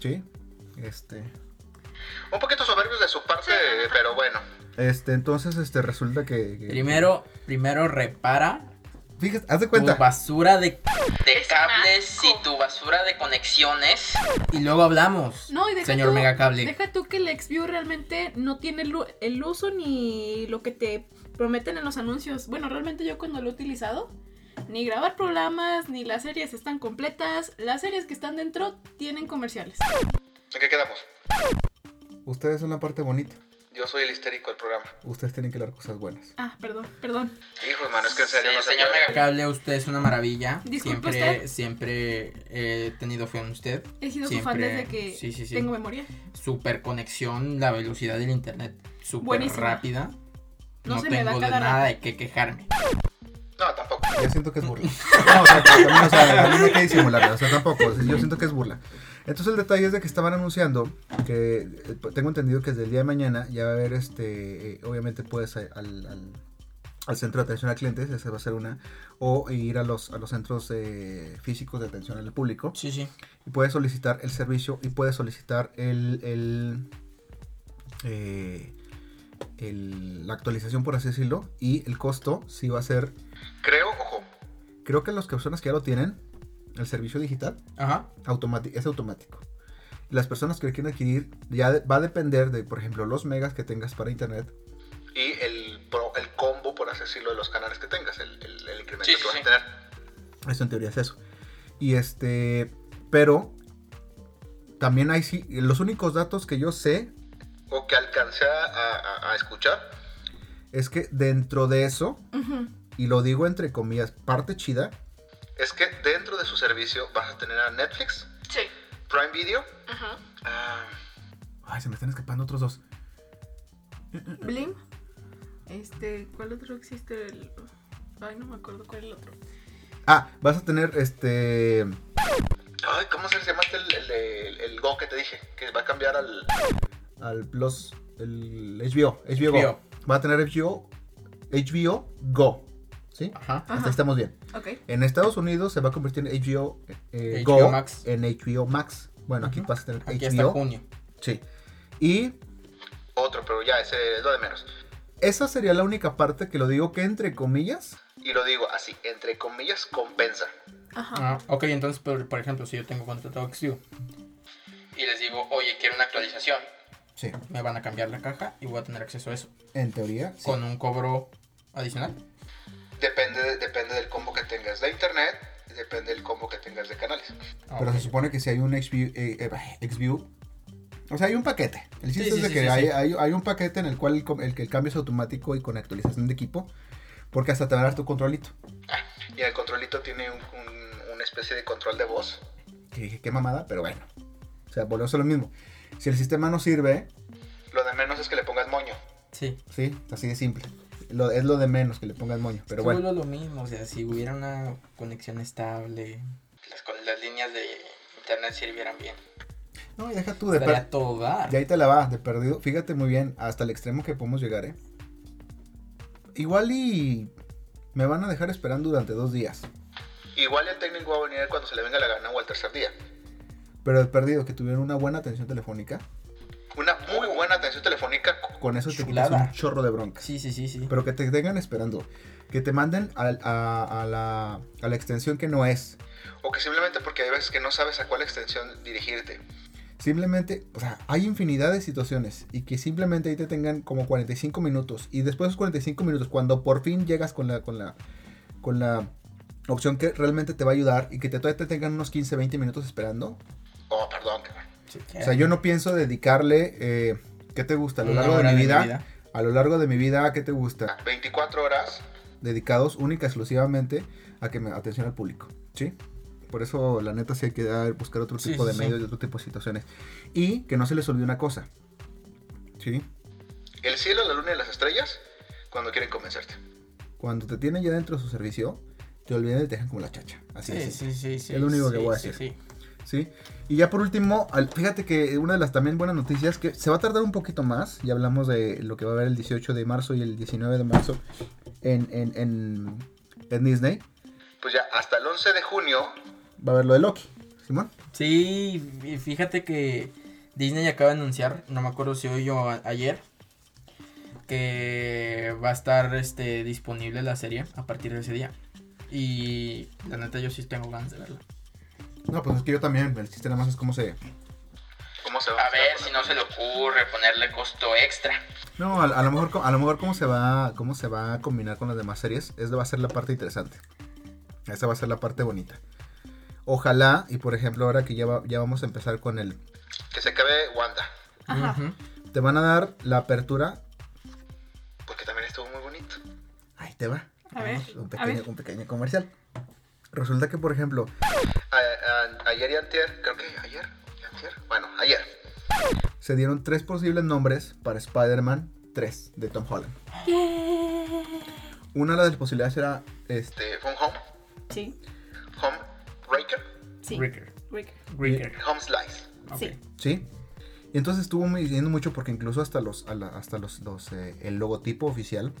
[SPEAKER 1] ¿sí? Este,
[SPEAKER 4] Un poquito soberbios de su parte, pero bueno.
[SPEAKER 1] este, entonces este, resulta que... que-
[SPEAKER 3] Primero, primero repara
[SPEAKER 1] Fíjate, haz de
[SPEAKER 3] tu
[SPEAKER 1] cuenta.
[SPEAKER 3] basura de, de
[SPEAKER 5] Es un
[SPEAKER 3] cables
[SPEAKER 5] asco.
[SPEAKER 3] y tu basura de conexiones. Y luego hablamos.
[SPEAKER 6] No, y deja
[SPEAKER 3] señor
[SPEAKER 6] tú,
[SPEAKER 3] Megacable.
[SPEAKER 6] Deja tú que el Xview realmente no tiene el, u- el uso ni lo que te prometen en los anuncios. Bueno, realmente yo cuando lo he utilizado, ni grabar programas, ni las series están completas. Las series que están dentro tienen comerciales.
[SPEAKER 4] ¿En qué quedamos?
[SPEAKER 1] Ustedes son la parte bonita.
[SPEAKER 4] Yo soy el histérico del programa.
[SPEAKER 1] Ustedes tienen que dar cosas buenas.
[SPEAKER 6] Ah, perdón, perdón.
[SPEAKER 4] Hijo, hermano, es que en serio
[SPEAKER 3] Sí,
[SPEAKER 4] no sé
[SPEAKER 3] señor
[SPEAKER 4] qué-
[SPEAKER 3] Megacable, usted es una maravilla.
[SPEAKER 6] Disculpe
[SPEAKER 3] siempre,
[SPEAKER 6] usted.
[SPEAKER 3] siempre he tenido fe en usted.
[SPEAKER 6] He sido su
[SPEAKER 3] Siempre-
[SPEAKER 6] fan desde que
[SPEAKER 3] sí, sí, sí.
[SPEAKER 6] tengo memoria.
[SPEAKER 3] Super conexión, la velocidad del internet súper
[SPEAKER 6] Buenísima.
[SPEAKER 3] rápida.
[SPEAKER 6] No
[SPEAKER 3] No,
[SPEAKER 6] se me da
[SPEAKER 3] tengo de
[SPEAKER 6] cada
[SPEAKER 3] nada
[SPEAKER 6] rato.
[SPEAKER 3] de qué quejarme.
[SPEAKER 4] No, tampoco.
[SPEAKER 1] Yo siento que es burla. No, o sea, también, o sea, también hay que disimularla, o sea, tampoco. o sea, yo siento que es burla. Entonces el detalle es de que estaban anunciando que eh, tengo entendido que desde el día de mañana ya va a haber este, eh, obviamente puedes a- al, al- al centro de atención a clientes, esa va a ser una, o ir a los, a los centros eh, físicos de atención al público
[SPEAKER 3] Sí, sí.
[SPEAKER 1] y puedes solicitar el servicio y puedes solicitar el, el, eh, el- la actualización, por así decirlo, y el costo sí va a ser
[SPEAKER 4] Creo, ojo,
[SPEAKER 1] Creo que las personas que ya lo tienen, el servicio digital,
[SPEAKER 3] Ajá.
[SPEAKER 1] automati- es automático. Las personas que lo quieren adquirir, ya de- va a depender de, por ejemplo, los megas que tengas para internet.
[SPEAKER 4] y el, pro- el combo, por así decirlo, de los canales que tengas, el, el- el incremento
[SPEAKER 3] Sí,
[SPEAKER 4] que
[SPEAKER 3] sí,
[SPEAKER 4] vas a
[SPEAKER 3] sí.
[SPEAKER 4] tener.
[SPEAKER 1] Eso en teoría es eso. Y este, pero también hay, sí, los únicos datos que yo sé
[SPEAKER 4] O que alcance a, a- a escuchar.
[SPEAKER 1] es que dentro de eso,
[SPEAKER 6] Ujú.
[SPEAKER 1] y lo digo entre comillas, parte chida,
[SPEAKER 4] Es que dentro de su servicio vas a tener a Netflix,
[SPEAKER 5] Sí.
[SPEAKER 4] Prime Video,
[SPEAKER 5] Ajá.
[SPEAKER 4] ah,
[SPEAKER 1] ay, se me están escapando otros dos.
[SPEAKER 6] Blim. Este, ¿cuál otro existe? El- Ay, no me acuerdo cuál es el otro.
[SPEAKER 1] Ah, vas a tener este,
[SPEAKER 4] Ay, ¿cómo se llama este el, el, el, el Go que te dije? Que va a cambiar al.
[SPEAKER 1] Al Plus, el HBO, HBO, Go. Va a tener HBO, HBO Go. ¿Sí?
[SPEAKER 3] Ajá.
[SPEAKER 1] Hasta ahí estamos bien.
[SPEAKER 6] Ok.
[SPEAKER 1] En Estados Unidos se va a convertir en HBO, eh,
[SPEAKER 3] HBO
[SPEAKER 1] Go
[SPEAKER 3] Max.
[SPEAKER 1] en HBO Max. Bueno, aquí
[SPEAKER 3] Ujú.
[SPEAKER 1] vas a tener
[SPEAKER 3] Aquí hasta
[SPEAKER 1] HBO.
[SPEAKER 3] junio.
[SPEAKER 1] Sí. Y
[SPEAKER 4] Otro, pero ya, ese es lo de menos.
[SPEAKER 1] esa sería la única parte que lo digo que entre comillas.
[SPEAKER 4] Y lo digo así, entre comillas, compensa.
[SPEAKER 6] Ajá.
[SPEAKER 3] Ah, ok, entonces, por, por ejemplo, si yo tengo contratado XView y les digo, oye, quiero una actualización,
[SPEAKER 1] Sí.
[SPEAKER 3] me van a cambiar la caja y voy a tener acceso a eso.
[SPEAKER 1] En teoría. sí.
[SPEAKER 3] Con un cobro adicional.
[SPEAKER 4] Depende, de- depende del combo que tengas de internet, depende del combo que tengas de canales.
[SPEAKER 3] Ah,
[SPEAKER 1] Pero
[SPEAKER 3] ok.
[SPEAKER 1] se supone que si hay un XView, eh, eh, bah, XView, o sea, hay un paquete. El chiste
[SPEAKER 3] Sí,
[SPEAKER 1] es
[SPEAKER 3] sí,
[SPEAKER 1] de
[SPEAKER 3] sí,
[SPEAKER 1] que
[SPEAKER 3] sí,
[SPEAKER 1] hay,
[SPEAKER 3] sí.
[SPEAKER 1] Hay, hay un paquete en el cual el, com- el que el cambio es automático y con actualización de equipo, porque hasta te va a dar tu controlito.
[SPEAKER 4] Y el controlito tiene un- un- una especie de control de voz.
[SPEAKER 1] Que dije, qué mamada, pero bueno. O sea, volvemos a lo mismo. Si el sistema no sirve,
[SPEAKER 4] Lo de menos es que le pongas moño.
[SPEAKER 3] Sí.
[SPEAKER 1] sí, así de simple. Lo- es lo de menos que le pongas moño, pero
[SPEAKER 3] Pero
[SPEAKER 1] bueno.
[SPEAKER 3] lo mismo, o sea, si hubiera una conexión estable, las, co- las líneas de internet sirvieran bien.
[SPEAKER 1] No, y deja tú de
[SPEAKER 3] Estaría
[SPEAKER 1] per-
[SPEAKER 3] a todo dar.
[SPEAKER 1] Y ahí te la vas, de perdido. Fíjate muy bien hasta el extremo que podemos llegar, ¿eh? Igual y me van a dejar esperando durante dos días.
[SPEAKER 4] Igual el técnico va a venir cuando se le venga la gana o al tercer día.
[SPEAKER 1] Pero el perdido que tuvieron una buena atención telefónica,
[SPEAKER 4] Una muy buena atención telefónica.
[SPEAKER 1] con eso te quitas
[SPEAKER 3] Chulada.
[SPEAKER 1] un chorro de broncas.
[SPEAKER 3] Sí, sí, sí, sí.
[SPEAKER 1] Pero que te tengan esperando. Que te manden al- a, a la, a la extensión que no es.
[SPEAKER 4] O que simplemente porque hay veces que no sabes a cuál extensión dirigirte.
[SPEAKER 1] Simplemente, o sea, hay infinidad de situaciones y que simplemente ahí te tengan como 45 minutos y después de esos 45 minutos, cuando por fin llegas con la, con la, con la opción que realmente te va a ayudar y que te, todavía te tengan unos 15, 20 minutos esperando.
[SPEAKER 4] Oh, perdón, cabrón.
[SPEAKER 3] Sí,
[SPEAKER 1] O sea, yo no pienso dedicarle, eh, ¿qué te gusta? A lo
[SPEAKER 3] una
[SPEAKER 1] largo de
[SPEAKER 3] hora
[SPEAKER 1] mi vida, a lo largo de mi vida, ¿qué te gusta?
[SPEAKER 4] 24 horas.
[SPEAKER 1] Dedicados única, exclusivamente a que me atención al público, ¿sí? Por eso, la neta, sí hay que dar- buscar otro
[SPEAKER 3] Sí,
[SPEAKER 1] tipo
[SPEAKER 3] sí,
[SPEAKER 1] de
[SPEAKER 3] sí.
[SPEAKER 1] medios y otro tipo de situaciones. Y que no se les olvide una cosa, ¿sí?
[SPEAKER 4] El cielo, la luna y las estrellas. Cuando quieren convencerte.
[SPEAKER 1] cuando te tienen ya dentro de su servicio, te olvidan y te dejan como la chacha. Así
[SPEAKER 3] Sí,
[SPEAKER 1] es.
[SPEAKER 3] sí, sí, sí.
[SPEAKER 1] Es lo único que
[SPEAKER 3] sí,
[SPEAKER 1] voy a
[SPEAKER 3] sí,
[SPEAKER 1] decir.
[SPEAKER 3] sí.
[SPEAKER 1] ¿sí? Y ya por último, al- fíjate que una de las también buenas noticias que se va a tardar un poquito más. Ya hablamos de lo que va a haber el 18 de marzo y el 19 de marzo en, en, en, en Disney.
[SPEAKER 4] Pues ya, hasta el 11 de junio.
[SPEAKER 1] Va a haber lo de Loki. Simón.
[SPEAKER 3] Sí, y fíjate que Disney acaba de anunciar, no me acuerdo si hoy o a- ayer, que va a estar este, disponible la serie a partir de ese día. Y la neta yo sí tengo ganas de verla.
[SPEAKER 1] No, pues es que yo también. El chiste nada más es cómo se.
[SPEAKER 4] ¿Cómo se va
[SPEAKER 3] A ver
[SPEAKER 4] estar
[SPEAKER 3] si no se le ocurre ponerle costo extra.
[SPEAKER 1] No, a, a lo mejor co- a lo mejor cómo se va cómo se va a combinar con las demás series, esa va a ser la parte interesante. Esa va a ser la parte bonita. Ojalá y por ejemplo ahora que ya va- ya vamos a empezar con el
[SPEAKER 4] Que se acabe Wanda.
[SPEAKER 2] Ajá.
[SPEAKER 3] Ujú.
[SPEAKER 1] te van a dar la apertura.
[SPEAKER 4] Porque también estuvo muy bonito.
[SPEAKER 1] Ahí te va.
[SPEAKER 2] A ver,
[SPEAKER 1] Ah, Un
[SPEAKER 2] a
[SPEAKER 1] pequeño,
[SPEAKER 2] ver.
[SPEAKER 1] un pequeño comercial. Resulta que por ejemplo,
[SPEAKER 4] A- a- ayer y antier. Creo que ayer. y antier. Bueno, ayer.
[SPEAKER 1] se dieron tres posibles nombres para Spider-Man 3 de Tom Holland. Una de las posibilidades era este,
[SPEAKER 4] Este, fue un home.
[SPEAKER 2] Sí,
[SPEAKER 4] Home Breaker.
[SPEAKER 2] sí.
[SPEAKER 3] Ricker.
[SPEAKER 2] Rick.
[SPEAKER 3] Ricker.
[SPEAKER 4] Home Slice.
[SPEAKER 3] Ok.
[SPEAKER 2] Sí.
[SPEAKER 1] ¿Sí? Y entonces estuvo muy- diciendo mucho porque incluso hasta los, a la- hasta los, los, eh, el logotipo oficial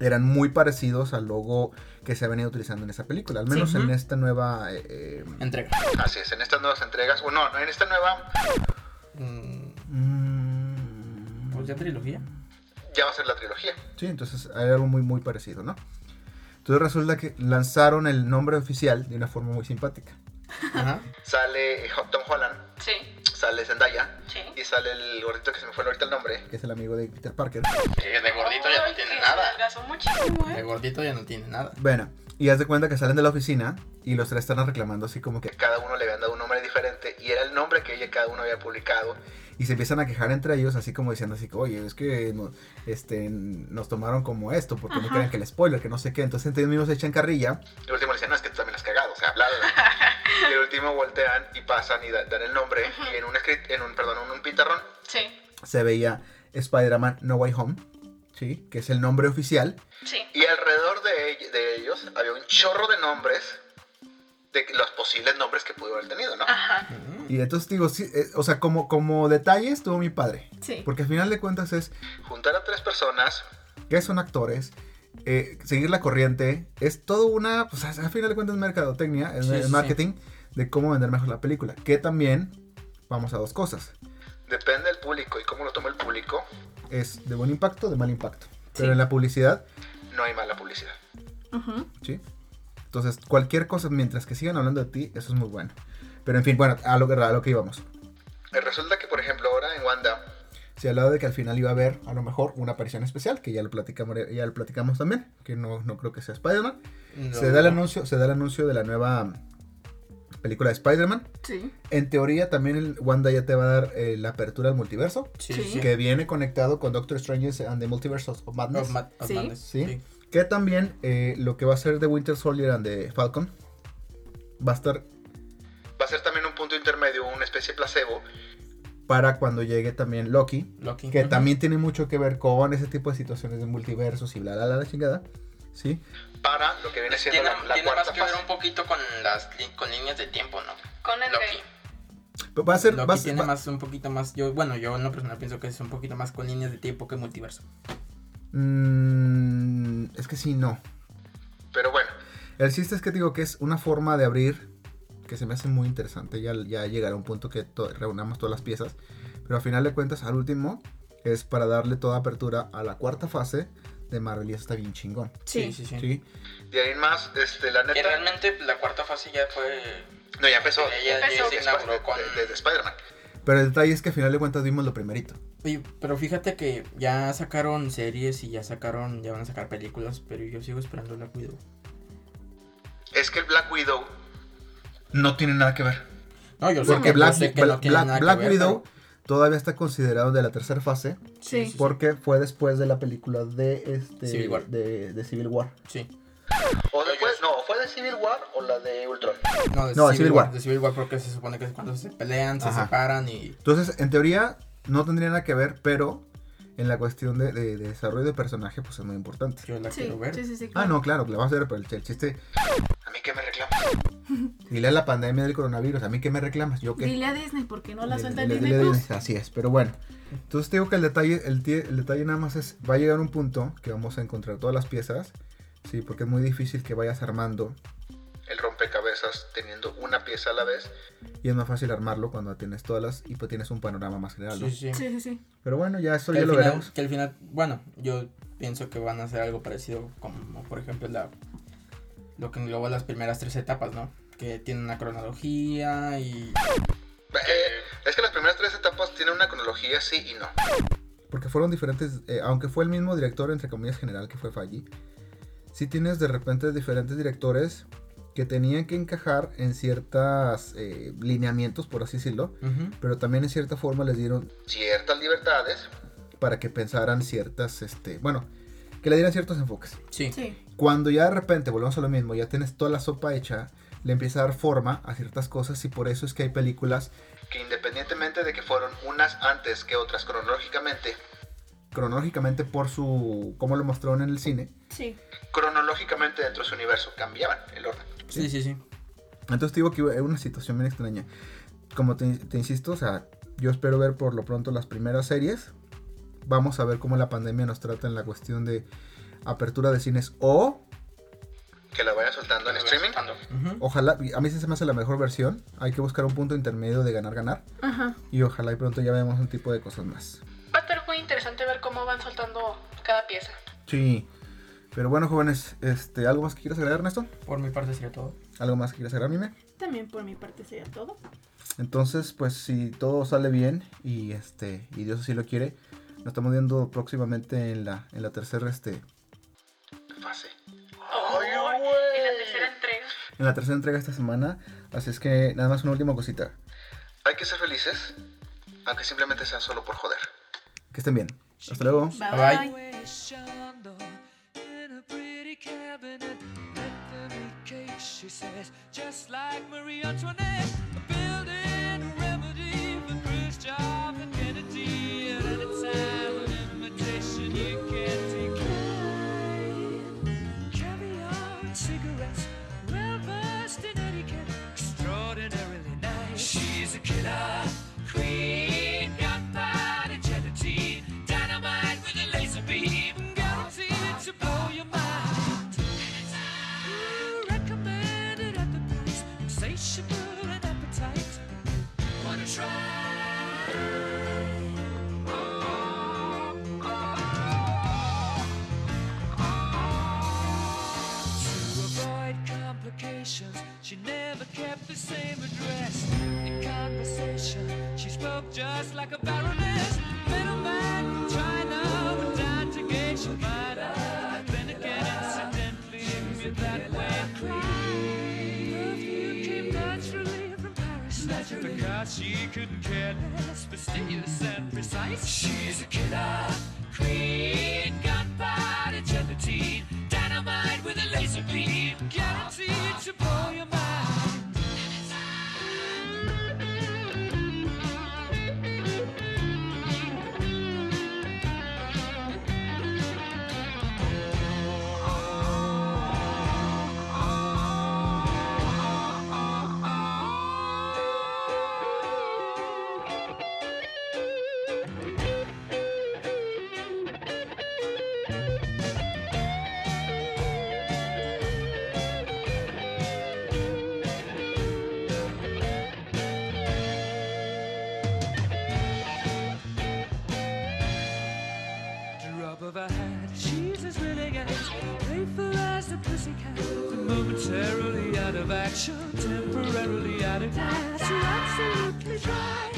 [SPEAKER 1] eran muy parecidos al logo que se ha venido utilizando en esa película, al menos en
[SPEAKER 3] Ujú.
[SPEAKER 1] esta nueva... eh, eh,
[SPEAKER 3] Entrega.
[SPEAKER 4] Así es, en estas nuevas entregas. O no, no, en esta nueva.
[SPEAKER 3] Mm,
[SPEAKER 1] mm,
[SPEAKER 3] pues ya trilogía.
[SPEAKER 4] Ya va a ser la trilogía.
[SPEAKER 1] sí, entonces era algo muy, muy parecido, ¿no? Entonces resulta que lanzaron el nombre oficial de una forma muy simpática.
[SPEAKER 3] Ajá.
[SPEAKER 4] Sale eh, Tom Holland.
[SPEAKER 5] Sí,
[SPEAKER 4] Sale Zendaya.
[SPEAKER 5] sí.
[SPEAKER 4] Y sale el gordito que se me fue ahorita el nombre.
[SPEAKER 1] que es el amigo de Peter Parker.
[SPEAKER 3] de gordito ya no tiene nada.
[SPEAKER 5] Gasó muchísimo,
[SPEAKER 3] De
[SPEAKER 5] ¿eh?
[SPEAKER 3] gordito ya no tiene nada.
[SPEAKER 1] Bueno, y haz de cuenta que salen de la oficina y los tres están reclamando así como que...
[SPEAKER 4] Que cada uno le habían dado un nombre diferente. Y era el nombre que ella cada uno había publicado.
[SPEAKER 1] y se empiezan a quejar entre ellos así como diciendo así que, oye es que no- este nos tomaron como esto porque no
[SPEAKER 2] Ajá.
[SPEAKER 1] creen que el spoiler que no sé qué entonces entre ellos mismos se echan carrilla
[SPEAKER 4] Y el último le decía, no, es que tú también has cagado. O sea, bla, bla, bla. y el último voltean y pasan y da- dan el nombre. Y en un script, en un, perdón, en un pintarrón.
[SPEAKER 5] Sí,
[SPEAKER 1] se veía Spider-Man No Way Home sí que es el nombre oficial
[SPEAKER 5] sí.
[SPEAKER 4] Y alrededor de, ell- de ellos había un chorro de nombres de los posibles nombres que pudo haber tenido,
[SPEAKER 2] Ah.
[SPEAKER 4] ¿no?
[SPEAKER 5] Ajá.
[SPEAKER 1] Y entonces digo, sí, eh, o sea, como, como detalle estuvo mi padre.
[SPEAKER 6] Sí.
[SPEAKER 1] Porque al final de cuentas es
[SPEAKER 4] Juntar a tres personas,
[SPEAKER 1] que son actores, eh, seguir la corriente, es todo una, pues al final de cuentas es mercadotecnia, es,
[SPEAKER 3] Sí,
[SPEAKER 1] es
[SPEAKER 3] sí,
[SPEAKER 1] marketing de cómo vender mejor la película. Que también, vamos a dos cosas,
[SPEAKER 4] depende del público y cómo lo toma el público,
[SPEAKER 1] es de buen impacto, de mal impacto. Pero
[SPEAKER 6] Sí.
[SPEAKER 1] en la publicidad,
[SPEAKER 4] no hay mala publicidad.
[SPEAKER 6] Ujú.
[SPEAKER 1] ¿sí? Entonces, cualquier cosa, mientras que sigan hablando de ti, eso es muy bueno. Pero en fin, bueno, a lo que, a lo que íbamos.
[SPEAKER 4] Eh, Resulta que, por ejemplo, ahora en Wanda,
[SPEAKER 1] Se hablaba de que al final iba a haber, a lo mejor, una aparición especial, que ya lo platicamos, ya lo platicamos también, que no, no creo que sea Spider-Man.
[SPEAKER 3] No.
[SPEAKER 1] se da el anuncio, se da el anuncio de la nueva mm, película de Spider-Man.
[SPEAKER 6] Sí.
[SPEAKER 1] En teoría también el Wanda ya te va a dar eh, la apertura al multiverso,
[SPEAKER 3] Sí, sí, sí.
[SPEAKER 1] que viene conectado con Doctor Strange and the Multiverse of Madness.
[SPEAKER 3] Of Ma- of
[SPEAKER 6] Sí.
[SPEAKER 3] Madness,
[SPEAKER 1] Sí.
[SPEAKER 3] sí.
[SPEAKER 1] que también eh, lo que va a ser de Winter Soldier and the Falcon va a estar
[SPEAKER 4] va a ser también un punto intermedio, una especie de placebo.
[SPEAKER 1] para cuando llegue también Loki,
[SPEAKER 3] Loki.
[SPEAKER 1] que
[SPEAKER 3] Ujú.
[SPEAKER 1] también tiene mucho que ver con ese tipo de situaciones de multiversos y bla bla bla la chingada, ¿sí?
[SPEAKER 4] para lo que viene siendo
[SPEAKER 3] Tiene,
[SPEAKER 4] la, la
[SPEAKER 3] tiene más
[SPEAKER 4] cuarta
[SPEAKER 3] que ver
[SPEAKER 4] fase.
[SPEAKER 3] un poquito con las li- con líneas de tiempo, ¿no?
[SPEAKER 5] Con el
[SPEAKER 3] Loki.
[SPEAKER 1] Pero Va a ser, va a
[SPEAKER 3] Loki
[SPEAKER 1] ser-
[SPEAKER 3] tiene
[SPEAKER 1] va-
[SPEAKER 3] más, un poquito más. Yo, bueno, yo en lo personal pienso que es un poquito más con líneas de tiempo que multiverso.
[SPEAKER 1] Mm, es que sí, no.
[SPEAKER 4] Pero bueno,
[SPEAKER 1] El chiste es que digo que es una forma de abrir que se me hace muy interesante. Ya, ya llegará un punto que to- reunamos todas las piezas. Pero al final de cuentas, al último, es para darle toda apertura a la cuarta fase de Marvel y eso está bien chingón.
[SPEAKER 6] Sí.
[SPEAKER 3] sí, sí.
[SPEAKER 1] ¿sí?
[SPEAKER 4] de ahí en más, este, la
[SPEAKER 3] Que
[SPEAKER 4] neta.
[SPEAKER 3] realmente la cuarta fase ya fue.
[SPEAKER 4] No, ya empezó.
[SPEAKER 3] Ya- ya- ya
[SPEAKER 4] Desde
[SPEAKER 3] se
[SPEAKER 4] Sp-
[SPEAKER 3] inauguró
[SPEAKER 4] de-
[SPEAKER 3] con-
[SPEAKER 4] de- Desde Spider-Man.
[SPEAKER 1] Pero el detalle es que al final de cuentas vimos lo primerito.
[SPEAKER 3] Oye, pero fíjate que ya sacaron series y ya sacaron, ya van a sacar películas, pero yo sigo esperando la cuido.
[SPEAKER 4] Es que el Black Widow no tiene nada que ver.
[SPEAKER 3] No, yo sé
[SPEAKER 1] Porque
[SPEAKER 3] que,
[SPEAKER 1] Black,
[SPEAKER 3] yo sé que no
[SPEAKER 1] Black-
[SPEAKER 3] tiene
[SPEAKER 1] Black-
[SPEAKER 3] nada que
[SPEAKER 1] Black
[SPEAKER 3] ver,
[SPEAKER 1] Widow todavía está considerado de la tercera fase
[SPEAKER 6] Sí.
[SPEAKER 3] Sí.
[SPEAKER 1] porque fue después de la película de, este,
[SPEAKER 3] Civil War.
[SPEAKER 1] de, de Civil War.
[SPEAKER 3] pero- sí.
[SPEAKER 4] O después, no, fue de Civil War o la de Ultron.
[SPEAKER 3] No, de
[SPEAKER 1] No, de
[SPEAKER 3] Civil
[SPEAKER 1] Civil
[SPEAKER 3] War.
[SPEAKER 1] War.
[SPEAKER 3] De Civil War porque se supone que es cuando se pelean, se
[SPEAKER 1] Ajá.
[SPEAKER 3] separan y...
[SPEAKER 1] Entonces, en teoría, no tendría nada que ver, pero en la cuestión de, de- de desarrollo de personaje, pues es muy importante.
[SPEAKER 3] Yo la
[SPEAKER 6] Sí,
[SPEAKER 3] quiero ver.
[SPEAKER 6] sí, sí, sí,
[SPEAKER 1] Ah,
[SPEAKER 6] claro.
[SPEAKER 1] no, claro, que la vamos a ver, pero el, ch- el chiste,
[SPEAKER 4] A mí que me reclama.
[SPEAKER 1] dile a la pandemia del coronavirus, ¿a mí qué me reclamas? Yo qué.
[SPEAKER 6] Dile a Disney porque no la
[SPEAKER 1] Dile-
[SPEAKER 6] suelta
[SPEAKER 1] dile-
[SPEAKER 6] Disney
[SPEAKER 1] dile a
[SPEAKER 6] Plus.
[SPEAKER 1] Disney, Así es, pero bueno. Entonces te digo que el detalle, el, tie- el detalle nada más es, va a llegar un punto que vamos a encontrar todas las piezas, sí, porque es muy difícil que vayas armando
[SPEAKER 4] El rompecabezas teniendo una pieza a la vez.
[SPEAKER 1] y es más fácil armarlo cuando tienes todas las y pues tienes un panorama más general, ¿no?
[SPEAKER 3] Sí, sí.
[SPEAKER 6] Sí, sí, sí.
[SPEAKER 1] Pero bueno, ya eso
[SPEAKER 3] Que,
[SPEAKER 1] ya
[SPEAKER 3] al
[SPEAKER 1] lo
[SPEAKER 3] final,
[SPEAKER 1] veremos.
[SPEAKER 3] que al final, bueno, yo pienso que van a hacer algo parecido como, por ejemplo, la, lo que engloba las primeras tres etapas, ¿no? Que tienen una cronología y...
[SPEAKER 4] Eh, es que las primeras tres etapas tienen una cronología sí y no.
[SPEAKER 1] Porque fueron diferentes, eh, aunque fue el mismo director, entre comillas, general que fue Falli, sí tienes de repente diferentes directores que tenían que encajar en ciertas eh, lineamientos, por así decirlo,
[SPEAKER 3] Ujú.
[SPEAKER 1] pero también en cierta forma les dieron
[SPEAKER 4] Ciertas libertades.
[SPEAKER 1] para que pensaran ciertas, este, bueno, que le dieran ciertos enfoques.
[SPEAKER 3] Sí.
[SPEAKER 6] Sí.
[SPEAKER 1] Cuando ya de repente volvemos a lo mismo, ya tienes toda la sopa hecha, le empieza a dar forma a ciertas cosas y por eso es que hay películas
[SPEAKER 4] Que independientemente de que fueron unas antes que otras cronológicamente,
[SPEAKER 1] cronológicamente por su, como lo mostraron en el cine,
[SPEAKER 6] Sí.
[SPEAKER 4] cronológicamente dentro de su universo cambiaban el orden.
[SPEAKER 3] Sí, sí, sí.
[SPEAKER 1] Entonces te digo que es una situación bien extraña. Como te, te insisto, o sea, yo espero ver por lo pronto las primeras series. Vamos a ver cómo la pandemia nos trata en la cuestión de apertura de cines. O,
[SPEAKER 4] Que la vayan soltando en streaming.
[SPEAKER 3] Ujú.
[SPEAKER 1] ojalá, a mí sí se me hace la mejor versión. Hay que buscar un punto intermedio de ganar-ganar.
[SPEAKER 6] Ajá.
[SPEAKER 1] Y ojalá y pronto ya veamos un tipo de cosas más.
[SPEAKER 5] Va a estar muy interesante ver cómo van soltando cada pieza.
[SPEAKER 1] Sí. Pero bueno, jóvenes, este, ¿algo más que quieras agregar, Ernesto?
[SPEAKER 3] Por mi parte sería todo.
[SPEAKER 1] ¿Algo más que quieras agregar, Mime?
[SPEAKER 6] También por mi parte sería todo.
[SPEAKER 1] Entonces, pues si todo sale bien y este y Dios así lo quiere, nos estamos viendo próximamente en la en la tercera este
[SPEAKER 4] Fase.
[SPEAKER 5] En la tercera entrega.
[SPEAKER 1] en la tercera entrega esta semana, así es que nada más una última cosita.
[SPEAKER 4] Hay que ser felices, aunque simplemente sea solo por joder.
[SPEAKER 1] Que estén bien. Hasta luego.
[SPEAKER 3] Bye.
[SPEAKER 6] bye.
[SPEAKER 7] Chandler in a pretty cabinet. Bethany cake, she says, just like Marie Antoinette. A building a remedy for Khrushchev and Kennedy. And at a time, an invitation you can't decline. Caviar, cigarettes, well versed in etiquette. impressions. She never kept the same address. In conversation, she spoke just like a baroness. Middleman from China, went down to geisha minor. Then again, incidentally, if you're that way Perfume came naturally from Paris. The god she couldn't care less, fastidious and precise. She's a killer queen, gunpowder gelatine, dynamite with a laser beam, guaranteed to blow your mind. drop of a hat. She's as elegant, playful as a pussycat. Momentarily out of action, temporarily out of class. You're absolutely dry.